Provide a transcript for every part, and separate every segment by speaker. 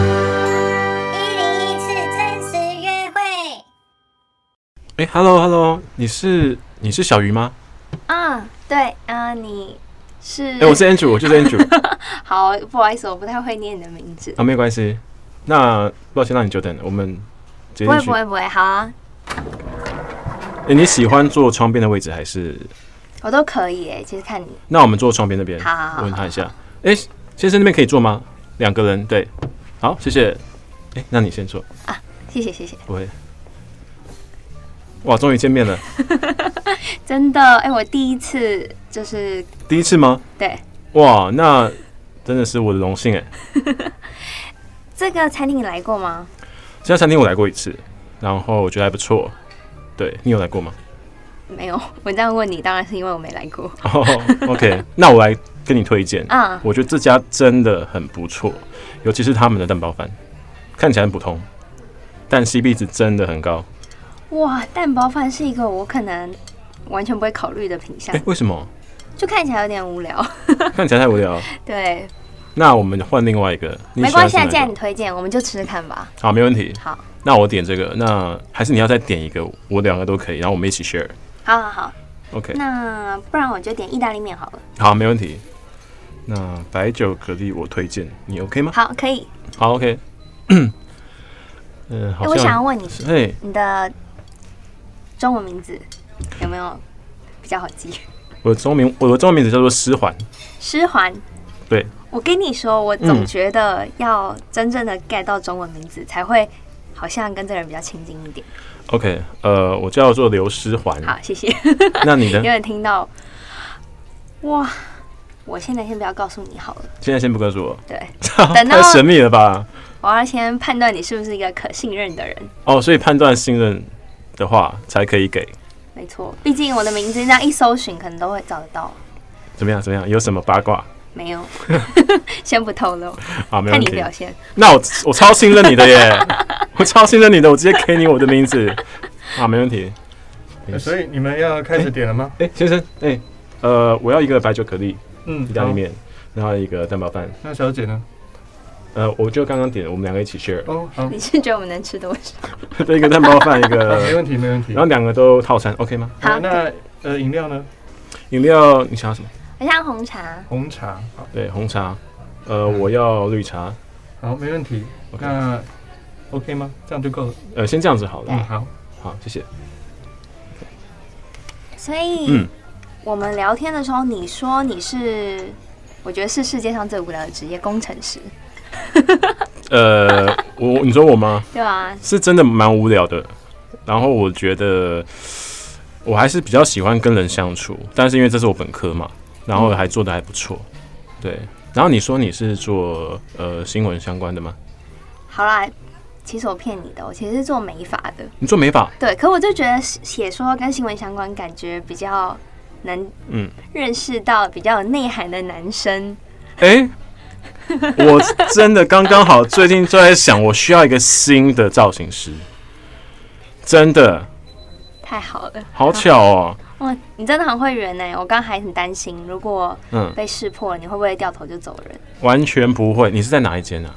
Speaker 1: 一零一次真实约会。
Speaker 2: 哎，hello hello，你是你是小鱼吗？
Speaker 3: 嗯，对，啊，你是？
Speaker 2: 哎、我是 Andrew，我就是 Andrew
Speaker 3: 好，不好意思，我不太会念你的名字。
Speaker 2: 啊，没有关系。那抱歉让你久等了，我们直
Speaker 3: 不
Speaker 2: 接
Speaker 3: 会
Speaker 2: 进去。
Speaker 3: 不会不会，好啊，
Speaker 2: 哎你喜欢坐窗边的位置还是？
Speaker 3: 我都可以诶。其实看你，
Speaker 2: 那我们坐窗边那边。
Speaker 3: 好好好
Speaker 2: 我问他一下。哎、先生那边可以坐吗？两个人，对。好，谢谢。哎、那你先坐。
Speaker 3: 谢谢谢谢，
Speaker 2: 不会。哇，终于见面 了，
Speaker 3: 真的，哎，我第一次就是
Speaker 2: 第一次吗？
Speaker 3: 对
Speaker 2: 哇，那真的是我的荣幸哎。
Speaker 3: 这个餐厅你来过吗？
Speaker 2: 这家餐厅我来过一次，然后我觉得还不错。对你有来过吗？
Speaker 3: 没有，我这样问你，当然是因为我没来 过。
Speaker 2: 哦、o k 那我来跟你推荐。
Speaker 3: 嗯，
Speaker 2: 我觉得这家真的很不错，尤其是他们的蛋包饭，看起来很普通，但 CP 值真的很高。
Speaker 3: 哇，蛋包饭是一个我可能完全不会考虑的品
Speaker 2: 哎、
Speaker 3: 相，
Speaker 2: 为什么？
Speaker 3: 就看起来有点无聊。
Speaker 2: 看起来太无聊。
Speaker 3: 对，
Speaker 2: 那我们换另外一个，你
Speaker 3: 没
Speaker 2: 喜欢
Speaker 3: 关
Speaker 2: 吃
Speaker 3: 系，啊，
Speaker 2: 哪
Speaker 3: 既然
Speaker 2: 个
Speaker 3: 你？推荐，我们就吃吃看吧。
Speaker 2: 好，没问题。
Speaker 3: 好，
Speaker 2: 那我点这个，那还是你要再点一个，我两个都可以，然后我们一起 share。
Speaker 3: 好好好，
Speaker 2: OK，
Speaker 3: 那不然我就点意大利面好了。
Speaker 2: 好，没问题。那白酒蛤蜊我推荐，你 OK 吗？
Speaker 3: 好，可以。
Speaker 2: 好，OK。嗯、 好
Speaker 3: 哎
Speaker 2: 像
Speaker 3: 我想要问你，
Speaker 2: 是嘿，
Speaker 3: 你的中文名字有没有比较好记？
Speaker 2: 我的中文名，我的中文名字叫做诗环。
Speaker 3: 诗环。
Speaker 2: 对，
Speaker 3: 我跟你说，我总
Speaker 2: 嗯
Speaker 3: 觉得要真正的 get 到中文名字，才会好像跟这个人比较亲近一点。
Speaker 2: OK，呃，我叫做刘诗环。
Speaker 3: 好，谢谢。
Speaker 2: 那你呢
Speaker 3: 有？人听到，哇！我现在先不要告诉你好了，
Speaker 2: 现在先不告诉我，
Speaker 3: 对等 到
Speaker 2: 太神秘了吧？
Speaker 3: 我要先判断你是不是一个可信任的人。
Speaker 2: 哦，所以判断信任的话才可以给。
Speaker 3: 没错，毕竟我的名字这样一搜寻，可能都会找得到。
Speaker 2: 怎么样？怎么样？有什么八卦？
Speaker 3: 没有， 先不透露，
Speaker 2: 好，没问
Speaker 3: 看你
Speaker 2: 题
Speaker 3: 表。现。
Speaker 2: 那我我超信任你的耶， 我超信任你的，我直接给你我的名字。啊，没问题。嗯
Speaker 4: 呃所以你们要开始点了吗？
Speaker 2: 哎、先生，哎、呃，我要一个白酒可丽
Speaker 4: 嗯
Speaker 2: 意大利
Speaker 4: 好
Speaker 2: 面，然后一个蛋包饭。
Speaker 4: 那小姐呢？
Speaker 2: 呃，我就刚刚点了，我们两个一起 share，
Speaker 4: 哦，好，
Speaker 3: 你是觉得我们能吃多少？
Speaker 2: 对，一个蛋包饭，一
Speaker 4: 好 没
Speaker 2: 个，
Speaker 4: 问题，没问题。
Speaker 2: 然后两个都套餐，OK 吗？
Speaker 3: 好
Speaker 4: 呃那呃，饮料呢？
Speaker 2: 饮料你想要什么？
Speaker 3: 很像红茶，
Speaker 4: 红茶。好，
Speaker 2: 对，红茶。呃，我要绿茶。
Speaker 4: 好，没问题。
Speaker 2: OK
Speaker 4: 那 OK 吗？这样就够了。
Speaker 2: 呃，先这样子好
Speaker 4: 嗯，
Speaker 2: 了。
Speaker 4: 好。
Speaker 2: 好，谢谢。
Speaker 3: 所以、
Speaker 2: 嗯，
Speaker 3: 我们聊天的时候，你说你是，我觉得是世界上最无聊的职业——工程师，
Speaker 2: 呃，我你说我吗？
Speaker 3: 对啊，
Speaker 2: 是真的蛮无聊的。然后我觉得我还是比较喜欢跟人相处，但是因为这是我本科嘛，然后还做的还不错。对，然后你说你是做呃新闻相关的吗？
Speaker 3: 好啦，其实我骗你的，我其实是做美发的。
Speaker 2: 你做美发？
Speaker 3: 对，可我就觉得写说跟新闻相关，感觉比较能
Speaker 2: 嗯，
Speaker 3: 认识到比较有内涵的男生。
Speaker 2: 哎、我真的刚刚好，最近就在想，我需要一个新的造型师，真的
Speaker 3: 太好了，
Speaker 2: 好巧哦。
Speaker 3: 哇，你真的很会圆呢、我刚还很担心，如果
Speaker 2: 嗯，
Speaker 3: 被识破了，你会不会掉头就走人？
Speaker 2: 完全不会。你是在哪一间啊？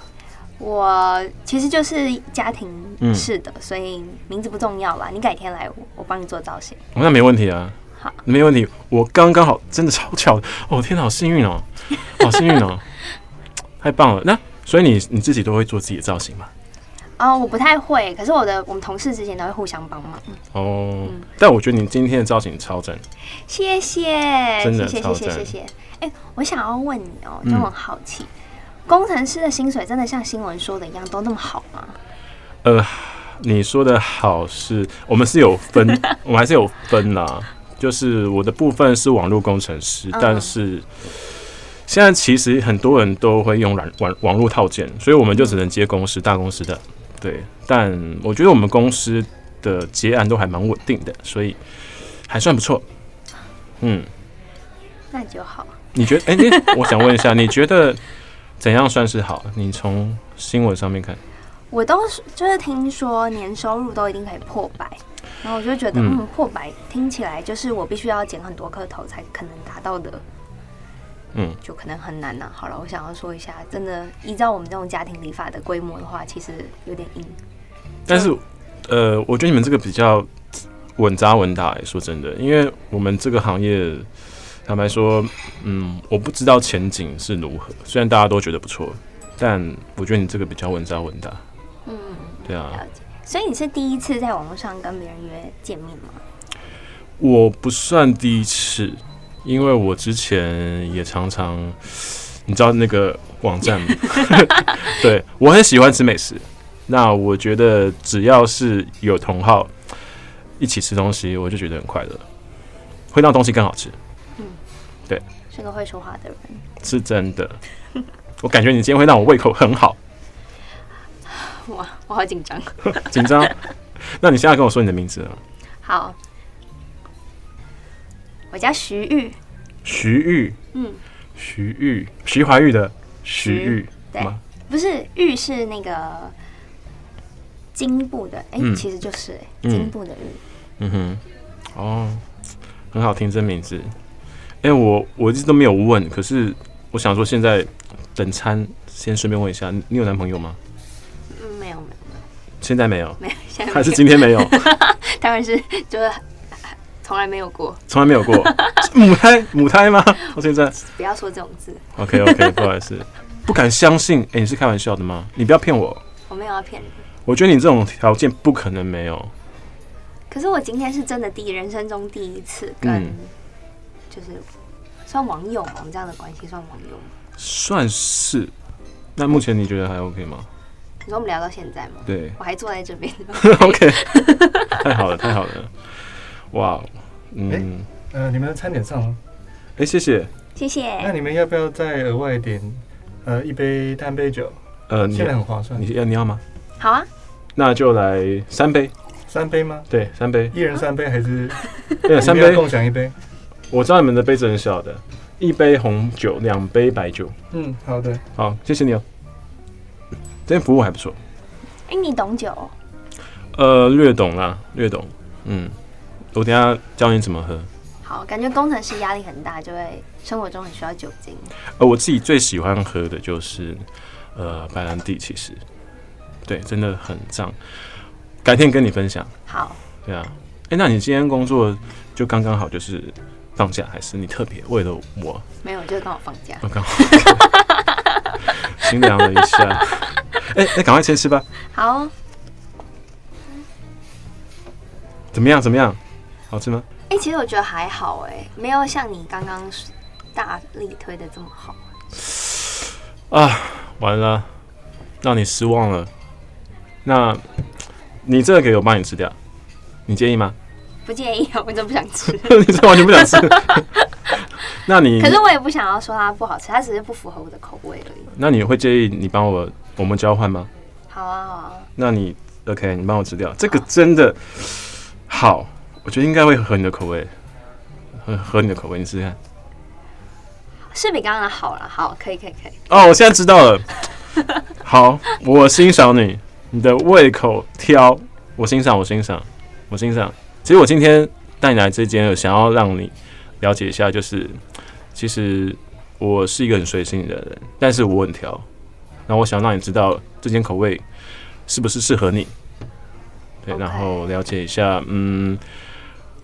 Speaker 3: 我其实就是家庭
Speaker 2: 嗯
Speaker 3: 式的，所以名字不重要啦。你改天来，我我帮你做造型。
Speaker 2: 哦那没问题啊
Speaker 3: 好，
Speaker 2: 没问题。我刚刚好，真的超巧的。哦，天哪，好幸运哦，好幸运哦，太棒了。那所以你你自己都会做自己的造型吗？
Speaker 3: 哦，我不太会，可是我的我们同事之前都会互相帮忙。
Speaker 2: 哦，但我觉得你今天的造型超正。
Speaker 3: 谢谢，
Speaker 2: 真
Speaker 3: 谢
Speaker 2: 的
Speaker 3: 谢，
Speaker 2: 超
Speaker 3: 谢谢，
Speaker 2: 赞
Speaker 3: 谢谢。哎、我想要问你哦、
Speaker 2: 嗯
Speaker 3: 就很好奇，工程师的薪水真的像新闻说的一样都那么好吗？
Speaker 2: 呃，你说的好是，我们是有分，我们还是有分啦。就是我的部分是网络工程师，
Speaker 3: 嗯
Speaker 2: 但是现在其实很多人都会用软网网络套件，所以我们就只能接公司大公司的。对，但我觉得我们公司的结案都还蛮稳定的，所以还算不错。嗯，
Speaker 3: 那就好。
Speaker 2: 你觉得？哎、你 我想问一下，你觉得怎样算是好？你从新闻上面看，
Speaker 3: 我都是就是听说年收入都一定可以破百，然后我就觉得，
Speaker 2: 嗯
Speaker 3: 嗯，破百听起来就是我必须要减很多颗头才可能达到的
Speaker 2: 嗯，
Speaker 3: 就可能很难呐、好了，我想要说一下，真的依照我们这种家庭理发的规模的话，其实有点硬。
Speaker 2: 但是呃，我觉得你们这个比较稳扎稳打、欸。说真的，因为我们这个行业，坦白说，嗯，我不知道前景是如何。虽然大家都觉得不错，但我觉得你这个比较稳扎稳打。
Speaker 3: 嗯，
Speaker 2: 对啊，
Speaker 3: 了解。所以你是第一次在网络上跟别人约见面吗？
Speaker 2: 我不算第一次，因为我之前也常常，你知道那个网站吗？ 对我很喜欢吃美食。那我觉得只要是有同好一起吃东西，我就觉得很快乐，会让东西更好吃，
Speaker 3: 是个会说话的人。
Speaker 2: 是真的。我感觉你今天会让我胃口很好，
Speaker 3: 哇，我好紧张。
Speaker 2: 紧张。那你现在跟我说你的名字了，
Speaker 3: 好，我叫徐玉，
Speaker 2: 徐玉，
Speaker 3: 嗯，
Speaker 2: 徐玉，徐怀玉的徐玉
Speaker 3: 对
Speaker 2: 吗？
Speaker 3: 不是玉是那个金部的，哎、
Speaker 2: 嗯
Speaker 3: 其实就是、哎
Speaker 2: 嗯
Speaker 3: 金部的玉。
Speaker 2: 嗯哼，哦，很好听这名字。哎、我我一直都没有问，可是我想说，现在等餐先顺便问一下，你你有男朋友吗？
Speaker 3: 嗯，没有没有
Speaker 2: 现在没有，
Speaker 3: 没有，现在
Speaker 2: 还是
Speaker 3: 没有
Speaker 2: 今天没有，
Speaker 3: 当然是就是从来没有过，
Speaker 2: 从来没 有过是母胎母胎吗？到现在
Speaker 3: 不要说这种字，
Speaker 2: ，OK OK，不好意思，不敢相信。哎、你是开玩笑的吗？你不要骗我，
Speaker 3: 我没有要骗你。
Speaker 2: 我觉得你这种条件不可能没有。
Speaker 3: 可是我今天是真的第一，人生中第一次跟、
Speaker 2: 嗯
Speaker 3: 就是算网友嘛，我们这样的关系算网友吗？
Speaker 2: 算是，那目前你觉得还 OK 吗？
Speaker 3: 你说我们聊到现在吗？
Speaker 2: 对，
Speaker 3: 我还坐在这边，
Speaker 2: OK，太好了，太好了，哇，嗯，
Speaker 4: 呃，你们的餐点上了，
Speaker 2: 哎、谢谢，
Speaker 3: 谢
Speaker 2: 哎
Speaker 4: 那
Speaker 3: 谢。
Speaker 4: 你们要不要再额外点呃一杯单杯酒？
Speaker 2: 呃，你
Speaker 4: 现在很划算，
Speaker 2: 你要你要吗？
Speaker 3: 好啊，
Speaker 2: 那就来三杯，
Speaker 4: 三杯吗？
Speaker 2: 对，三 杯，
Speaker 4: 一人三杯还是
Speaker 2: 对，呃三
Speaker 4: 你们要
Speaker 2: 杯。
Speaker 4: 共享一杯？
Speaker 2: 我知道你们的杯子很小的，一杯红酒，两杯白酒。
Speaker 4: 嗯，好的。
Speaker 2: 好，谢谢你哦。今天服务还不错，
Speaker 3: 哎、你懂酒哦、
Speaker 2: 呃，略懂啦，略懂。嗯，我等一下教你怎么喝。
Speaker 3: 好，感觉工程师压力很大，就会生活中很需要酒精。
Speaker 2: 呃，我自己最喜欢喝的就是呃白兰地，其实，对，真的很胀。改天跟你分享。
Speaker 3: 好，
Speaker 2: 对啊，哎、那你今天工作就刚刚好，就是放假，还是你特别为了我
Speaker 3: 没有，就是刚好放假。
Speaker 2: 我刚好 心凉了一下？哎、那赶快先吃吧。
Speaker 3: 好哦，
Speaker 2: 怎么样？怎么样？好吃吗？
Speaker 3: 哎、其实我觉得还好、哎，没有像你刚刚大力推的这么好。
Speaker 2: 啊完了，让你失望了。那你这个给我帮你吃掉，你介意吗？
Speaker 3: 不介意啊，我真不想 吃。
Speaker 2: 你这完全不想吃。 那你
Speaker 3: 可是我也不想要说它不好吃，它只是不符合我的口味而已。
Speaker 2: 那你会介意你帮我我们交换吗？
Speaker 3: 好啊，好啊，
Speaker 2: 那你 OK，你帮我吃掉这个真的好，我觉得应该会合你的口味，合合你的口味，你试试看。
Speaker 3: 是比刚刚的好了。好，可以，可以，可以。
Speaker 2: 哦，我现在知道了。 好，我欣赏你，你的胃口挑，我欣赏，我欣赏，我欣赏。其实我今天带你来这间，呃想要让你了解一下，就是其实我是一个很随性的人，但是我很挑。然后我想让你知道这间口味是不是适合你，对
Speaker 3: OK
Speaker 2: 然后了解一下。嗯，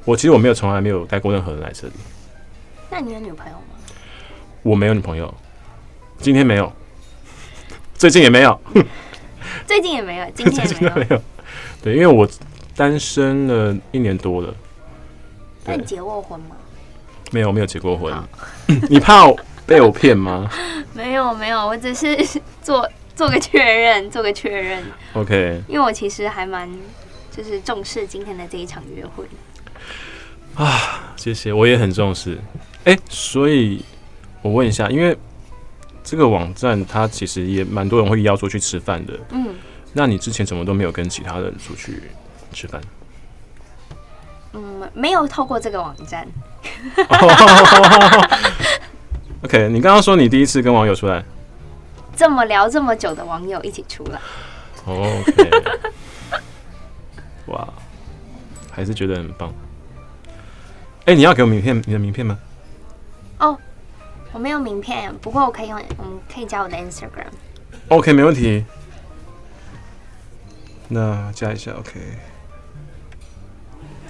Speaker 2: 我其实我没有从来没有带过任何人来这里，
Speaker 3: 那你有女朋友吗？
Speaker 2: 我没有女朋友， 今天没有，最近也没有。
Speaker 3: 最近也没有，今 天也没有。
Speaker 2: 有。对，因为我单身了一年多了，
Speaker 3: 那你结过婚吗？
Speaker 2: 没有没有结过婚
Speaker 3: 好。
Speaker 2: 你怕我被我骗吗
Speaker 3: 没有，没有，我只是做做个确认，做个确认。
Speaker 2: ？OK，
Speaker 3: 因为我其实还蛮就是重视今天的这一场约会。
Speaker 2: 谢谢，我也很重视。哎、所以我问一下，因为这个网站它其实也蛮多人会邀出去吃饭的，
Speaker 3: 嗯
Speaker 2: 那你之前怎么都没有跟其他人出去吃饭？
Speaker 3: 嗯，没有透过这个网站。
Speaker 2: 哦 OK，你刚刚说你第一次跟网友出来
Speaker 3: 这么聊这么久的网友一起出来，
Speaker 2: 哦，OK，哇，还是觉得很棒。哎、你要给我名片，你的名片吗？
Speaker 3: 我没有名片，不过我可以用，我们可以加我的 Instagram。
Speaker 2: OK，没问题。那加一下 OK。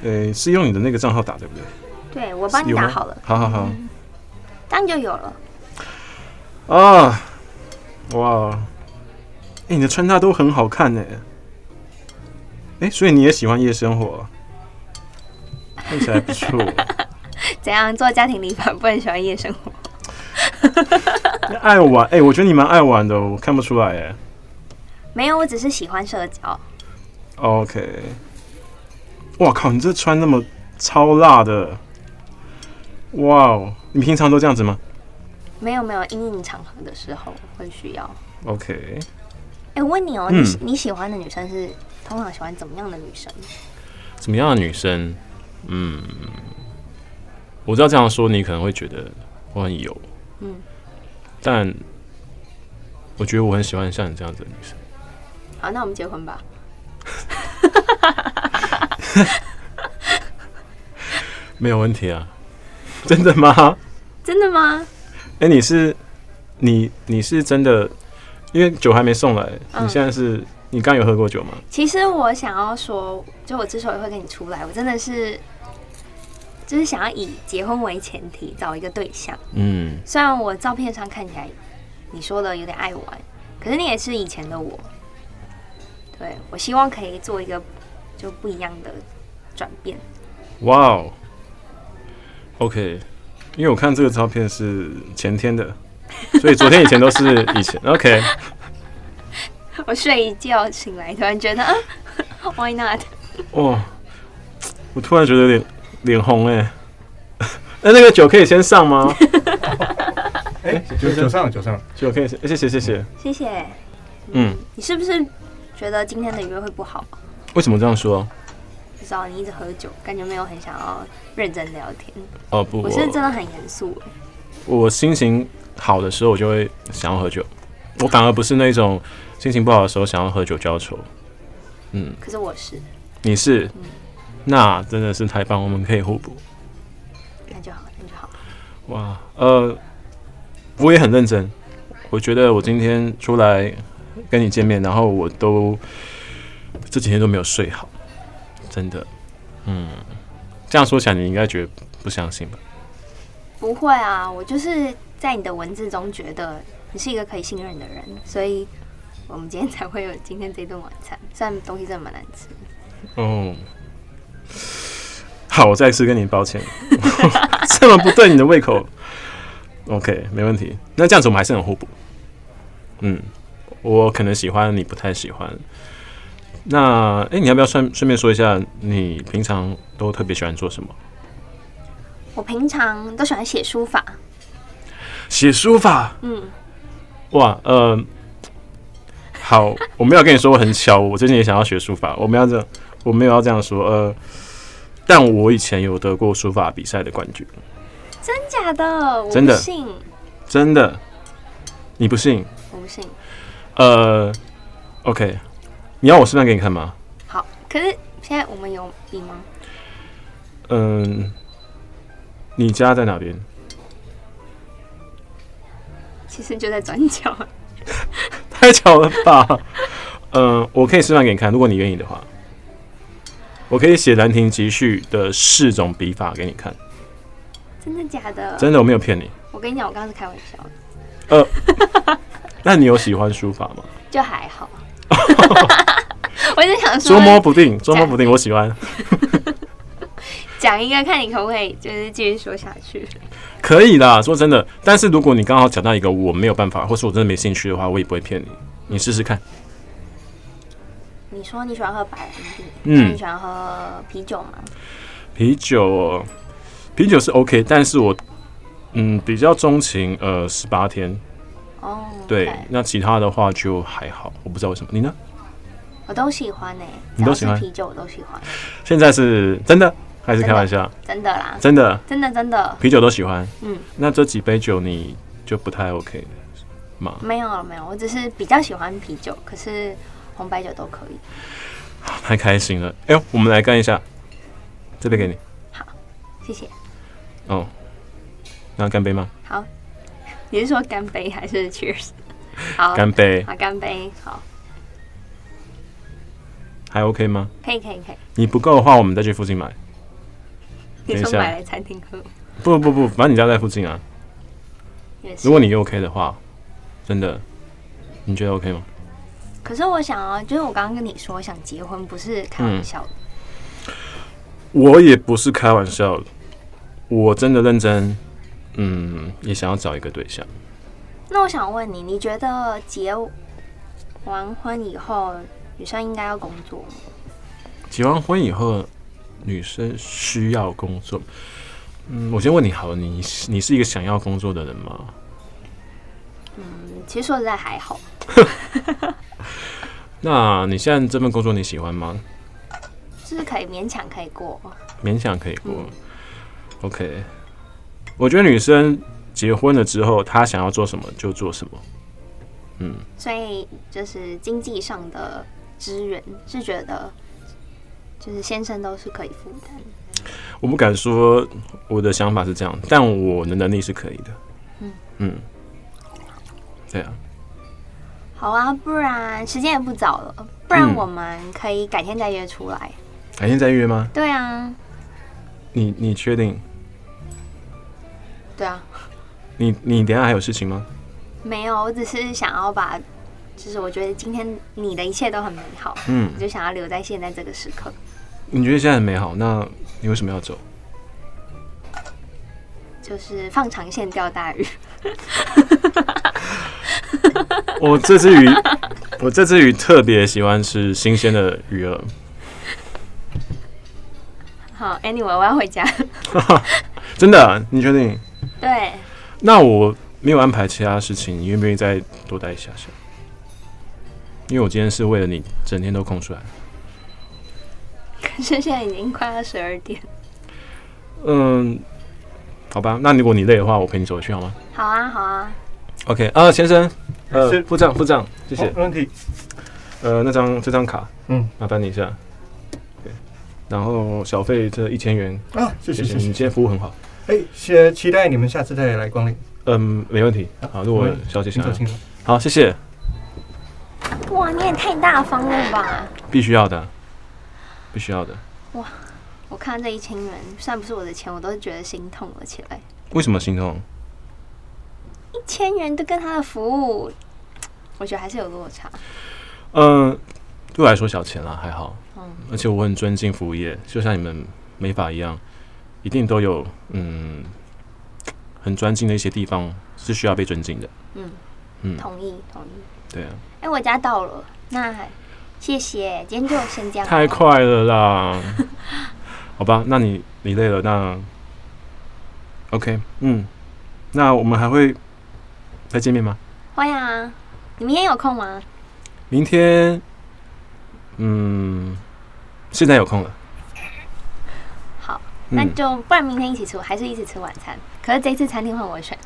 Speaker 2: 诶，是用你的那个账号打对不对？
Speaker 3: 对，我帮你
Speaker 2: 有
Speaker 3: 打
Speaker 2: 吗
Speaker 3: 好了，嗯
Speaker 2: 好好好。
Speaker 3: 这样就有了。
Speaker 2: 啊，哇！诶，你的穿搭都很好看呢。诶，所以你也喜欢夜生活啊？看起来不错。
Speaker 3: 怎样做家庭理发不很喜欢夜生活？
Speaker 2: 爱玩，哎诶，我觉得你蛮爱玩的哦，我看不出来哎。
Speaker 3: 没有，我只是喜欢社交。
Speaker 2: OK。哇靠！你这穿那么超辣的，哇哦！你平常都这样子吗
Speaker 3: 没有没有，因应场合的时候会需要。
Speaker 2: ？OK。
Speaker 3: 哎、我问你哦、
Speaker 2: 嗯
Speaker 3: 你喜你喜欢的女生是通常喜欢怎么样的女生？
Speaker 2: 怎么样的女生？嗯，我知道这样说你可能会觉得我很油，
Speaker 3: 嗯，
Speaker 2: 但我觉得我很喜欢像你这样子的女生。
Speaker 3: 好，那我们结婚吧。
Speaker 2: 没有问题啊，真的吗？
Speaker 3: 真的吗？
Speaker 2: 哎、你是你你是真的，因为酒还没送来，
Speaker 3: 嗯
Speaker 2: 你现在是你刚有喝过酒吗？
Speaker 3: 其实我想要说，就我之所以会跟你出来，我真的是就是想要以结婚为前提找一个对象。
Speaker 2: 嗯，
Speaker 3: 虽然我照片上看起来你说的有点爱玩，可是你也是以前的我。对我希望可以做一个就不一样的转变。
Speaker 2: 哇哦，OK，因为我看这个照片是前天的，所以昨天以前都是以前 OK。
Speaker 3: 我睡一觉醒来，突然觉得，啊 ，Why not？
Speaker 2: 哇，我突然觉得脸脸红哎、 那那个酒可以先上吗？
Speaker 4: 哎，九九上了九上了，
Speaker 2: 酒可以先，谢谢谢谢。
Speaker 3: 谢谢。
Speaker 2: 嗯，
Speaker 3: 你是不是觉得今天的约会不好？
Speaker 2: 为什么这样说？
Speaker 3: 不知道你一直喝酒，感觉没有很想要认真聊天。
Speaker 2: 哦不，
Speaker 3: 我
Speaker 2: 我
Speaker 3: 是真的很严肃欸，
Speaker 2: 我心情好的时候，我就会想要喝酒。我反而不是那种心情不好的时候想要喝酒浇愁。
Speaker 3: 可是我是，
Speaker 2: 你是？那真的是太棒，我们可以互补。
Speaker 3: 那就好，那就好。
Speaker 2: 哇，呃，我也很认真。我觉得我今天出来跟你见面，然后我都这几天都没有睡好，真的。嗯，这样说起来，你应该觉得不相信吧？
Speaker 3: 不会啊，我就是在你的文字中觉得你是一个可以信任的人，所以我们今天才会有今天这顿晚餐。虽然东西真的蛮难吃，
Speaker 2: 哦， 好，我再次跟你抱歉， 这么不对你的胃口。OK，没问题。那这样子我们还是很互补。嗯，我可能喜欢你，不太喜欢。那哎、诶你要不要顺顺便说一下，你平常都特别喜欢做什么？
Speaker 3: 我平常都喜欢写书法，
Speaker 2: 写书法。
Speaker 3: 嗯，
Speaker 2: 哇，呃，好，我没有跟你说我很巧，我最近也想要学书法，我没有这样，我没有要这样说，呃，但我以前有得过书法比赛的冠军，
Speaker 3: 真假的？我
Speaker 2: 真
Speaker 3: 不
Speaker 2: 的
Speaker 3: 信，
Speaker 2: 真的，你不信？
Speaker 3: 我不信。
Speaker 2: 呃，OK，你要我示范给你看吗？
Speaker 3: 好，可是现在我们有比吗？
Speaker 2: 嗯，你家在哪边？
Speaker 3: 其实就在转角。
Speaker 2: 太巧了吧？嗯，我可以示范给你看，如果你愿意的话，我可以写《兰亭集序》的四种笔法给你看，
Speaker 3: 真的假的？
Speaker 2: 真的，我没有骗你。
Speaker 3: 我跟你讲，我刚刚是开玩 笑的，
Speaker 2: 那你有喜欢书法吗？
Speaker 3: 就还好。我就想说
Speaker 2: 捉摸不定，捉摸不定，我喜欢。
Speaker 3: 讲一个，看你可不可以就是继续说下去。
Speaker 2: 可以啦，说真的，但是如果你刚好讲到一个我没有办法，或是我真的没兴趣的话，我也不会骗你，你试试看。
Speaker 3: 你说你喜欢喝白兰地，
Speaker 2: 嗯
Speaker 3: 那你喜欢喝啤酒吗？
Speaker 2: 啤酒哦，啤酒是 OK，但是我嗯比较钟情呃十八天，
Speaker 3: 哦、
Speaker 2: 对
Speaker 3: OK
Speaker 2: 那其他的话就还好，我不知道为什么。你呢？
Speaker 3: 我都喜欢呢、只
Speaker 2: 你
Speaker 3: 要
Speaker 2: 都喜
Speaker 3: 是
Speaker 2: 欢
Speaker 3: 啤酒我都喜欢，
Speaker 2: 现在是真的还是
Speaker 3: 真的
Speaker 2: 开玩笑？
Speaker 3: 真的啦，
Speaker 2: 真的，
Speaker 3: 真的真的
Speaker 2: 啤酒都喜欢。
Speaker 3: 嗯，
Speaker 2: 那这几杯酒你就不太 OK 嘛？
Speaker 3: 没有了没有，我只是比较喜欢啤酒，可是红白酒都可以。
Speaker 2: 太开心了。哎呦，我们来干一下，这杯给你。
Speaker 3: 谢谢，
Speaker 2: 哦，那干杯吗？
Speaker 3: 好，你是说干杯还 是 cheers？好，
Speaker 2: 干杯，
Speaker 3: 好，干杯，好，
Speaker 2: 还 OK 吗？
Speaker 3: 可以，可以，可以。
Speaker 2: 你不够的话，我们再去附近买。
Speaker 3: 你
Speaker 2: 等一
Speaker 3: 说
Speaker 2: 下
Speaker 3: 买来餐厅喝
Speaker 2: 不不不，反正你家在附近啊。
Speaker 3: 也是
Speaker 2: 如。果你 OK 的话，真的，你觉得 OK 吗？
Speaker 3: 可是我想啊，就是我刚刚跟你说我想结婚，不是开玩笑
Speaker 2: 嗯
Speaker 3: 的。
Speaker 2: 我也不是开玩笑的，我真的认真，嗯，也想要找一个对象。
Speaker 3: 那我想问你，你觉得结完婚以后，女生应该要工作吗？
Speaker 2: 结完婚以后，女生需要工作。嗯，我先问你好了，你你是一个想要工作的人吗？
Speaker 3: 嗯，其实说实在还好，
Speaker 2: 那你现在这份工作你喜欢吗？
Speaker 3: 就是可以勉强可以过。
Speaker 2: 勉强可以过。OK，我觉得女生结婚了之后，她想要做什么就做什么。
Speaker 3: 所以就是经济上的支援是觉得，就是先生都是可以负担。
Speaker 2: 我不敢说我的想法是这样，但我的能力是可以的。
Speaker 3: 嗯
Speaker 2: 嗯，对啊，
Speaker 3: 好啊，不然时间也不早了，不然
Speaker 2: 嗯
Speaker 3: 我们可以改天再约出来。
Speaker 2: 改天再约吗？
Speaker 3: 对啊，
Speaker 2: 你你确定？
Speaker 3: 对啊，
Speaker 2: 你你等一下还有事情吗？
Speaker 3: 没有，我只是想要把，就是我觉得今天你的一切都很美好，
Speaker 2: 嗯
Speaker 3: 我，就想要留在现在这个时刻。
Speaker 2: 你觉得现在很美好，那你为什么要走？
Speaker 3: 就是放长线钓大鱼，
Speaker 2: 我这只鱼， 我这只鱼特别喜欢吃新鲜的鱼饵。
Speaker 3: 好，Anyway，我要回家。
Speaker 2: 真的？啊你确定？
Speaker 3: 对，
Speaker 2: 那我没有安排其他事情，你愿不愿意再多待一下下？因为我今天是为了你整天都空出来。
Speaker 3: 可是现在已经快要十二点。
Speaker 2: 嗯，好吧，那如果你累的话，我陪你走回去好吗
Speaker 3: 好啊，好啊，
Speaker 2: ？OK 啊，先生，呃
Speaker 4: 是，
Speaker 2: 付账付账，谢
Speaker 4: 好
Speaker 2: 谢。
Speaker 4: 没问题。
Speaker 2: 呃，那张这张卡，
Speaker 4: 嗯，
Speaker 2: 麻烦你一下。对，然后小费这一千元，
Speaker 4: 啊，谢
Speaker 2: 谢谢
Speaker 4: 谢谢
Speaker 2: 你
Speaker 4: 谢
Speaker 2: 今。天服务很好。
Speaker 4: 哎，期期待你们下次再来光临，
Speaker 2: 嗯，没问题。好，如果
Speaker 4: 没问题
Speaker 2: 小姐
Speaker 4: 请
Speaker 2: 想
Speaker 4: 走
Speaker 2: 要，
Speaker 4: 请走。
Speaker 2: 好，谢谢，
Speaker 3: 哇，你也太大方了吧！
Speaker 2: 必须要的，必须要的。
Speaker 3: 我看到这一千元，虽然不是我的钱，我都觉得心痛了起来。
Speaker 2: 为什么心痛？
Speaker 3: 一千元都跟他的服务，我觉得还是有落差。
Speaker 2: 嗯，对我来说小钱啦，还好。
Speaker 3: 嗯
Speaker 2: 而且我很尊敬服务业，就像你们美发一样，一定都有嗯很专精的一些地方是需要被尊敬的。
Speaker 3: 嗯
Speaker 2: 嗯
Speaker 3: 同意同意。
Speaker 2: 对啊，
Speaker 3: 哎、我家到了，那谢谢，今天就先这样。
Speaker 2: 太，快了 啦！好吧，那你你累了，那 OK，嗯，那我们还会再见面吗？
Speaker 3: 会啊。你明天有空吗？
Speaker 2: 明天，嗯，现在有空了。
Speaker 3: 好，那
Speaker 2: 嗯，
Speaker 3: 就不然明天一起吃，还是一起吃晚餐？可是这次餐厅换我选。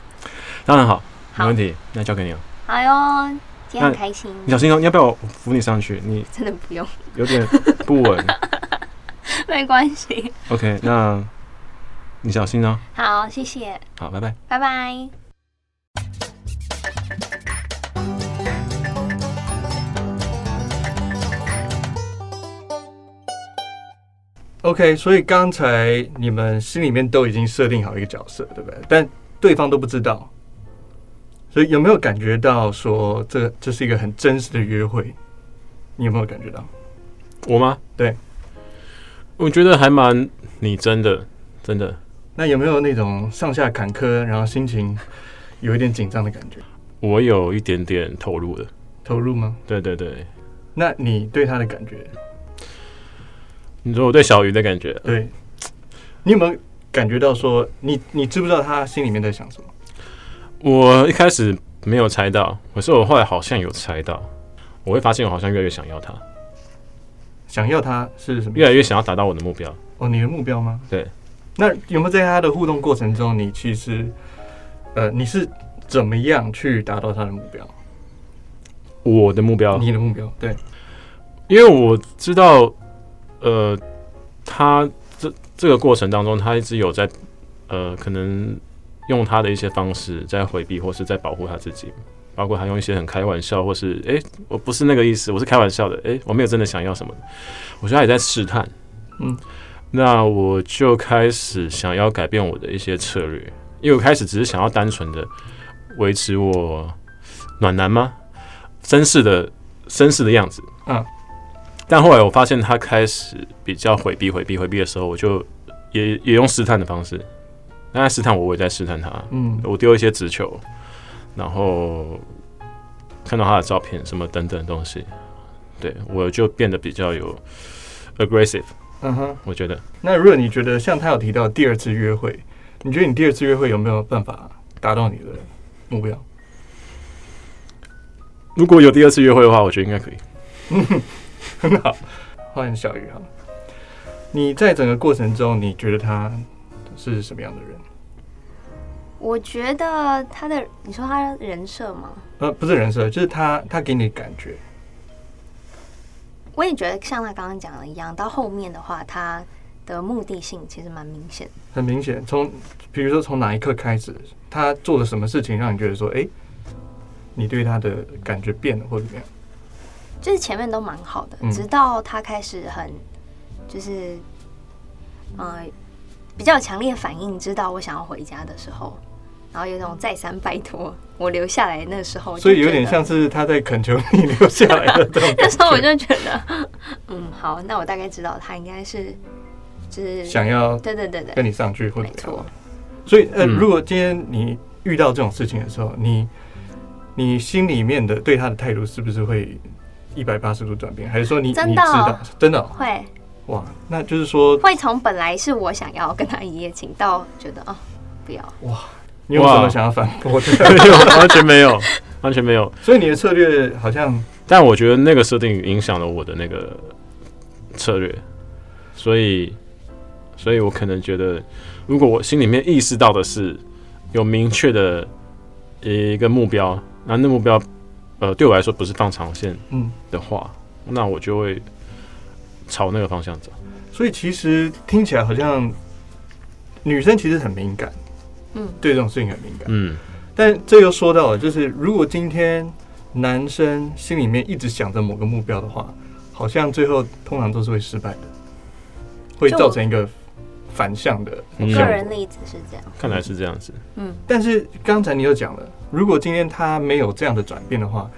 Speaker 2: 当然好，没
Speaker 3: 好
Speaker 2: 问题，那交给你了。
Speaker 3: 好哟，今天很
Speaker 2: 那
Speaker 3: 开心。
Speaker 2: 你小心哦，你要不要我扶你上去？你
Speaker 3: 真的不用，
Speaker 2: 有点不稳。
Speaker 3: 没关系。
Speaker 2: OK，那你小心哦。
Speaker 3: 好，谢谢，
Speaker 2: 好，拜拜。
Speaker 3: 拜拜。
Speaker 4: OK，所以刚才你们心里面都已经设定好一个角色，对不对？但对方都不知道，所以有没有感觉到说这这是一个很真实的约会？你有没有感觉到？
Speaker 2: 我吗？
Speaker 4: 对，
Speaker 2: 我觉得还蛮拟真的，真的。
Speaker 4: 那有没有那种上下坎坷，然后心情有一点紧张的感觉？
Speaker 2: 我有一点点投入的，
Speaker 4: 投入吗？
Speaker 2: 对对对。
Speaker 4: 那你对他的感觉，
Speaker 2: 你说我对小鱼的感觉，
Speaker 4: 对你有没有感觉到说你你知不知道他心里面在想什么？
Speaker 2: 我一开始没有猜到，可是我后来好像有猜到。我会发现我好像越来越想要它，
Speaker 4: 想要他是什么意思？
Speaker 2: 越来越想要达到我的目标。
Speaker 4: 哦，你的目标吗？
Speaker 2: 对。
Speaker 4: 那有没有在他的互动过程中，你其实，呃，你是怎么样去达到他的目标？
Speaker 2: 我的目标，
Speaker 4: 你的目标？对，
Speaker 2: 因为我知道，呃，他这这个过程当中，他一直有在，呃，可能用他的一些方式在回避或是在保护他自己，包括他用一些很开玩笑或是诶、我不是那个意思，我是开玩笑的，诶、我没有真的想要什么的。我觉得他也在试探，
Speaker 4: 嗯，
Speaker 2: 那我就开始想要改变我的一些策略，因为我开始只是想要单纯的维持我暖男吗？绅士的绅士的样子，
Speaker 4: 嗯。
Speaker 2: 但后来我发现他开始比较回避、回避、回避的时候，我就也也用试探的方式，那他试探我，我也在试探他，
Speaker 4: 嗯
Speaker 2: 我丢一些直球，然后看到他的照片什么等等的东西，对我就变得比较有 aggressive，
Speaker 4: 嗯哼。
Speaker 2: 我觉得。
Speaker 4: 那如果你觉得像他有提到第二次约会，你觉得你第二次约会有没有办法达到你的目标？
Speaker 2: 如果有第二次约会的话，我觉得应该可以。
Speaker 4: 很好，换小雨哈。你在整个过程中，你觉得他是什么样的人？
Speaker 3: 我觉得他的，你说他人设吗？
Speaker 4: 呃，不是人设，就是他他给你的感觉。
Speaker 3: 我也觉得像他刚刚讲的一样，到后面的话，他的目的性其实蛮明显。
Speaker 4: 很明显，从比如说从哪一刻开始，他做了什么事情让你觉得说，哎、你对他的感觉变了或者怎么样？
Speaker 3: 就是前面都蛮好的，
Speaker 4: 嗯
Speaker 3: 直到他开始很就是呃比较有强烈反应，知道我想要回家的时候，然后有一种再三拜托我留下来那时候，
Speaker 4: 所以有点像。是他在恳求你留下来的这种
Speaker 3: 那
Speaker 4: 感
Speaker 3: 时候 我
Speaker 4: 觉，
Speaker 3: 就觉得， 嗯，好，那我大概知道他应该是就是
Speaker 4: 想要
Speaker 3: 对对对对
Speaker 4: 跟，你上去或者
Speaker 3: 没
Speaker 4: 怎么
Speaker 3: 错
Speaker 4: 样。所以呃，
Speaker 2: 嗯
Speaker 4: 如果今天你遇到这种事情的时候，你你心里面的对他的态度是不是会一百八十度转变？还是说你
Speaker 3: 真
Speaker 4: 你知
Speaker 3: 的哦
Speaker 4: 道真的哦、
Speaker 3: 会
Speaker 4: 哇？那就是说
Speaker 3: 会从本来是我想要跟他一夜情，到觉得哦不要，
Speaker 4: 你有什么
Speaker 2: 哇
Speaker 4: 想要反驳的？
Speaker 2: 没有，完全没有，完全没有。
Speaker 4: 所以你的策略好像
Speaker 2: 但我觉得那个设定影响了我的那个策略，所以，所以我可能觉得，如果我心里面意识到的是有明确的一个目标，那那目标，呃，对我来说不是放长线
Speaker 4: 嗯。
Speaker 2: 的话，那我就会朝那个方向走。
Speaker 4: 所以其实听起来好像女生其实很敏感，
Speaker 3: 嗯，
Speaker 4: 对这种事情很敏感。
Speaker 2: 嗯，
Speaker 4: 但这又说到了，就是如果今天男生心里面一直想着某个目标的话，好像最后通常都是会失败的，会
Speaker 3: 就
Speaker 4: 造成一个反向的
Speaker 2: 嗯
Speaker 4: 效
Speaker 3: 个
Speaker 4: 果
Speaker 3: 人例子是这样，
Speaker 2: 看来是这样子。
Speaker 3: 嗯，
Speaker 4: 但是刚才你又讲了，如果今天他没有这样的转变的话，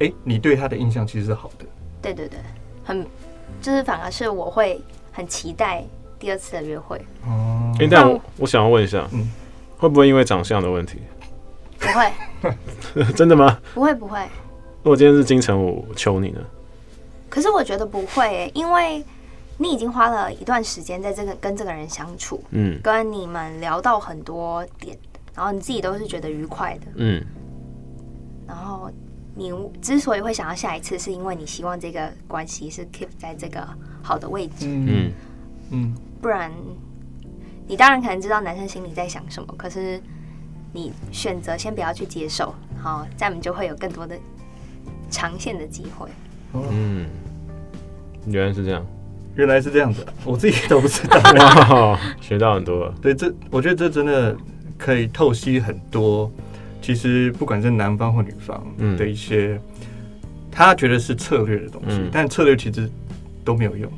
Speaker 4: 诶，你对他的印象其实是好的。
Speaker 3: 对对对，很就是反而是我会很期待第二次的约会，
Speaker 4: 哦
Speaker 2: 诶，但我我想要问一下，
Speaker 4: 嗯
Speaker 2: 会不会因为长相的问题？
Speaker 3: 不会
Speaker 2: 真的吗？
Speaker 3: 不会不会，
Speaker 2: 如果今天是金城武我求你呢？
Speaker 3: 可是我觉得不会、欸，因为你已经花了一段时间在这个跟这个人相处，
Speaker 2: 嗯
Speaker 3: 跟你们聊到很多点，然后你自己都是觉得愉快的，
Speaker 2: 嗯
Speaker 3: 然后你之所以会想要下一次，是因为你希望这个关系是 keep 在这个好的位置，
Speaker 4: 嗯
Speaker 2: 嗯
Speaker 4: 嗯，
Speaker 3: 不然你当然可能知道男生心里在想什么，可是你选择先不要去接受，好，这样你就会有更多的长线的机会。
Speaker 2: 嗯，原来是这 样。
Speaker 4: 原来是这样子啊，我自己都不知道。
Speaker 2: 哇，学到很多了。
Speaker 4: 对，这我觉得这真的可以透析很多。其实不管是男方或女方
Speaker 2: 嗯
Speaker 4: 的一些，他觉得是策略的东西，
Speaker 2: 嗯
Speaker 4: 但策略其实都没有 用。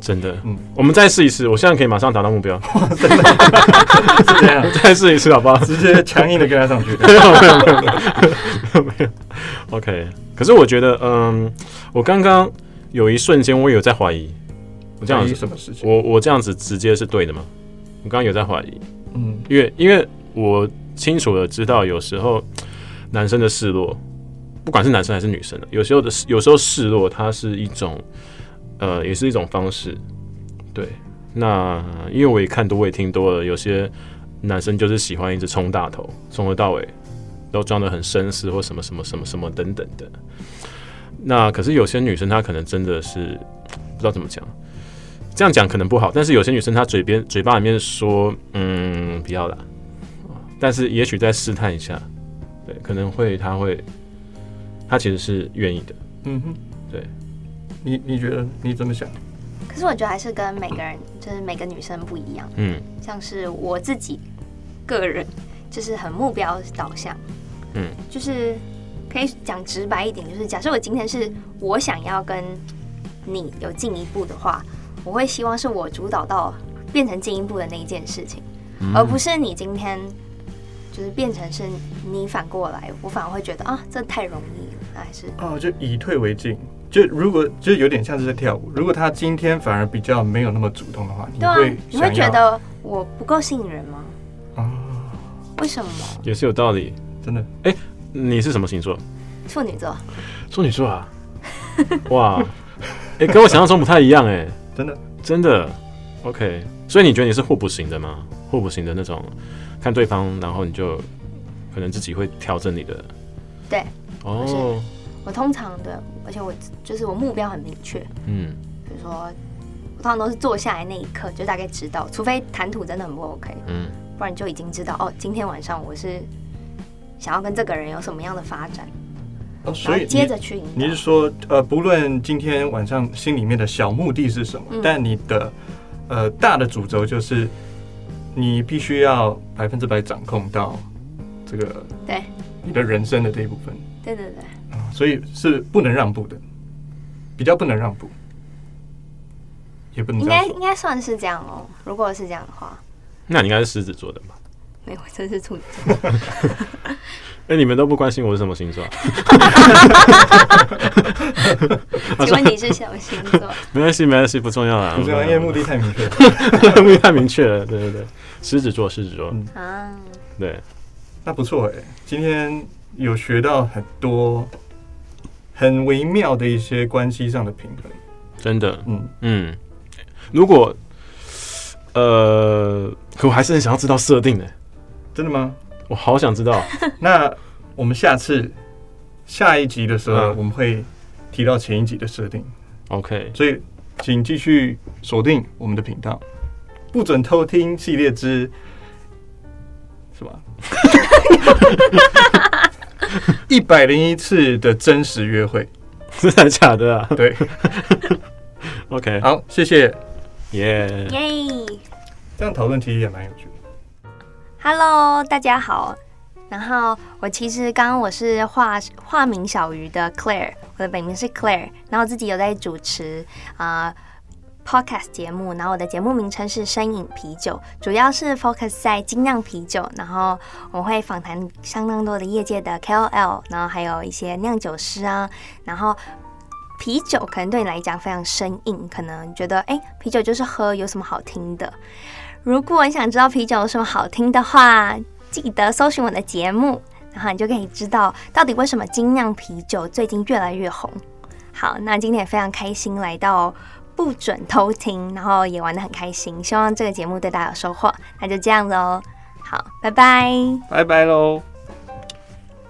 Speaker 2: 真的。
Speaker 4: 嗯
Speaker 2: 我们再试一试，我现在可以马上达到目标，
Speaker 4: 是这样，
Speaker 2: 再试一次好不 好？
Speaker 4: 直接强硬的跟他上去。
Speaker 2: 没有没有没有没有。OK，可是我觉得，嗯，我刚刚有一瞬间我有在怀疑， 我这样
Speaker 4: 是
Speaker 2: 子，
Speaker 4: 什么事情？
Speaker 2: 我我这样子直接是对的吗？我刚刚有在怀疑，
Speaker 4: 嗯
Speaker 2: 因为因为我清楚的知道，有时候男生的示弱，不管是男生还是女生的，啊有时候的有时候示弱，它是一种呃，也是一种方式。对，那因为我也看多，我也听多了，有些男生就是喜欢一直冲大头，从头到尾都装得很绅士或什么什么什么什么等等的。那可是有些女生她可能真的是不知道怎么讲，这样讲可能不好，但是有些女生她嘴边嘴巴里面说，嗯，不要啦，但是也许再试探一下，对，可能会她会，她其实是愿意的，
Speaker 4: 嗯哼，
Speaker 2: 对。
Speaker 4: 你你觉得你怎么想？
Speaker 3: 可是我觉得还是跟每个人，就是每个女生不一样。
Speaker 2: 嗯
Speaker 3: 像是我自己，个人就是很目标导向，
Speaker 2: 嗯，
Speaker 3: 就是可以讲直白一点，就是假设我今天是我想要跟你有进一步的话，我会希望是我主导到变成进一步的那一件事情，
Speaker 4: 嗯
Speaker 3: 而不是你今天就是变成是你反过来，我反而会觉得啊，这太容易了，那还是
Speaker 4: 哦，就以退为进。就如果就有点像是在跳舞，如果他今天反而比较没有那么主动的话，你
Speaker 3: 对啊
Speaker 4: 会，
Speaker 3: 你会
Speaker 4: 想
Speaker 3: 觉
Speaker 4: 要
Speaker 3: 得我不够吸引人吗？
Speaker 4: 啊，
Speaker 3: 为什么？
Speaker 2: 也是有道理。
Speaker 4: 真的
Speaker 2: 你是什么星座？
Speaker 3: 处女座，
Speaker 2: 处女座啊！ 哇，哎、跟我想象中不太一样哎、
Speaker 4: 真的
Speaker 2: 真的。OK，所以你觉得你是互补型的吗？互补型的那种，看对方，然后你就可能自己会调整你的。
Speaker 3: 对。
Speaker 2: 哦，
Speaker 3: 我通常的，而且我就是我目标很明确，
Speaker 2: 嗯，
Speaker 3: 比如说我通常都是坐下来那一刻就大概知道，除非谈吐真的很不 OK，
Speaker 2: 嗯，
Speaker 3: 不然就已经知道哦，今天晚上我是想要跟这个人有什么样的发展，
Speaker 4: 哦，
Speaker 3: 然
Speaker 4: 所
Speaker 3: 后
Speaker 4: 以
Speaker 3: 接
Speaker 4: 你
Speaker 3: 着去引导
Speaker 4: 你是说，呃，不论今天晚上心里面的小目的是什么，
Speaker 3: 嗯
Speaker 4: 但你的呃大的主轴就是你必须要百分之百掌控到这个
Speaker 3: 对
Speaker 4: 你的人生的这一部分
Speaker 3: 对对对，
Speaker 4: 啊、所以是不能让步的，比较不能让步，也不能
Speaker 3: 应
Speaker 4: 这样
Speaker 3: 该
Speaker 4: 说
Speaker 3: 应该算是这样哦。如果是这样的话，
Speaker 2: 那你应该是狮子座的吧？
Speaker 3: 没有，我真是处 女座，
Speaker 2: 哎、你们都不关心我是什么星 座啊、
Speaker 3: 请问你是什么星座？
Speaker 2: 没关系，没关系，不重要啦。
Speaker 4: 不是因为目的太明 确 了。
Speaker 2: 目的太明确了。对对对，狮子座，狮子座，
Speaker 4: 嗯
Speaker 3: 啊，
Speaker 2: 对，
Speaker 4: 那不错哎、今天有学到很多很微妙的一些关系上的平衡。
Speaker 2: 真的，
Speaker 4: 嗯，
Speaker 2: 嗯，如果呃，可我还是很想要知道设定的，
Speaker 4: 真的吗？
Speaker 2: 我好想知 道。
Speaker 4: 那我们下次下一集的时候，
Speaker 2: 嗯
Speaker 4: 我们会提到前一集的设定，
Speaker 2: OK，
Speaker 4: 所以请继续锁定我们的频道，不准偷听系列之，是吧？ 一百零一次的真实约会，
Speaker 2: 真的假的啊
Speaker 4: 对，
Speaker 2: ？OK，
Speaker 4: 好，谢谢。
Speaker 2: 耶、
Speaker 3: 耶！
Speaker 4: 这样讨论其实也蛮有趣的。
Speaker 3: Hello，大家好。然后我其实刚刚我是化化名小鱼的 Claire，我的本名是 Claire，然后我自己有在主持啊、呃 podcast 节目，然后我的节目名称是深饮啤酒，主要是 focus 在精酿啤酒，然后我会访谈相当多的业界的 KOL，然后还有一些酿酒师啊，然后啤酒可能对你来讲非常生硬，可能觉得哎啤酒就是喝有什么好听的，如果你想知道啤酒有什么好听的话，记得搜寻我的节目，然后你就可以知道到底为什么精酿啤酒最近越来越红。好，那今天也非常开心来到不准偷听，然后也玩得很开心，希望这个节目对大家有收获。那就这样子哦，好，拜拜。
Speaker 4: 拜拜喽。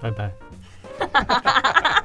Speaker 2: 拜拜。